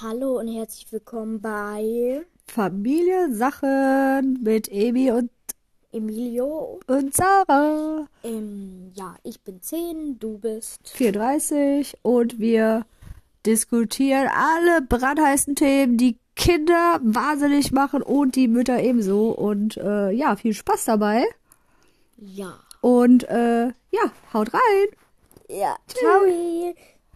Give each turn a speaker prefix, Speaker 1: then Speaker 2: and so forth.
Speaker 1: Hallo und herzlich willkommen bei
Speaker 2: Familie Sachen mit Emi und,
Speaker 1: Emilio.
Speaker 2: und Sarah.
Speaker 1: Ähm, ja, ich bin 10, du bist.
Speaker 2: 4.30 und wir diskutieren alle brandheißen Themen, die Kinder wahnsinnig machen und die Mütter ebenso. Und äh, ja, viel Spaß dabei.
Speaker 1: Ja.
Speaker 2: Und äh, ja, haut rein.
Speaker 1: Ja. Ciao.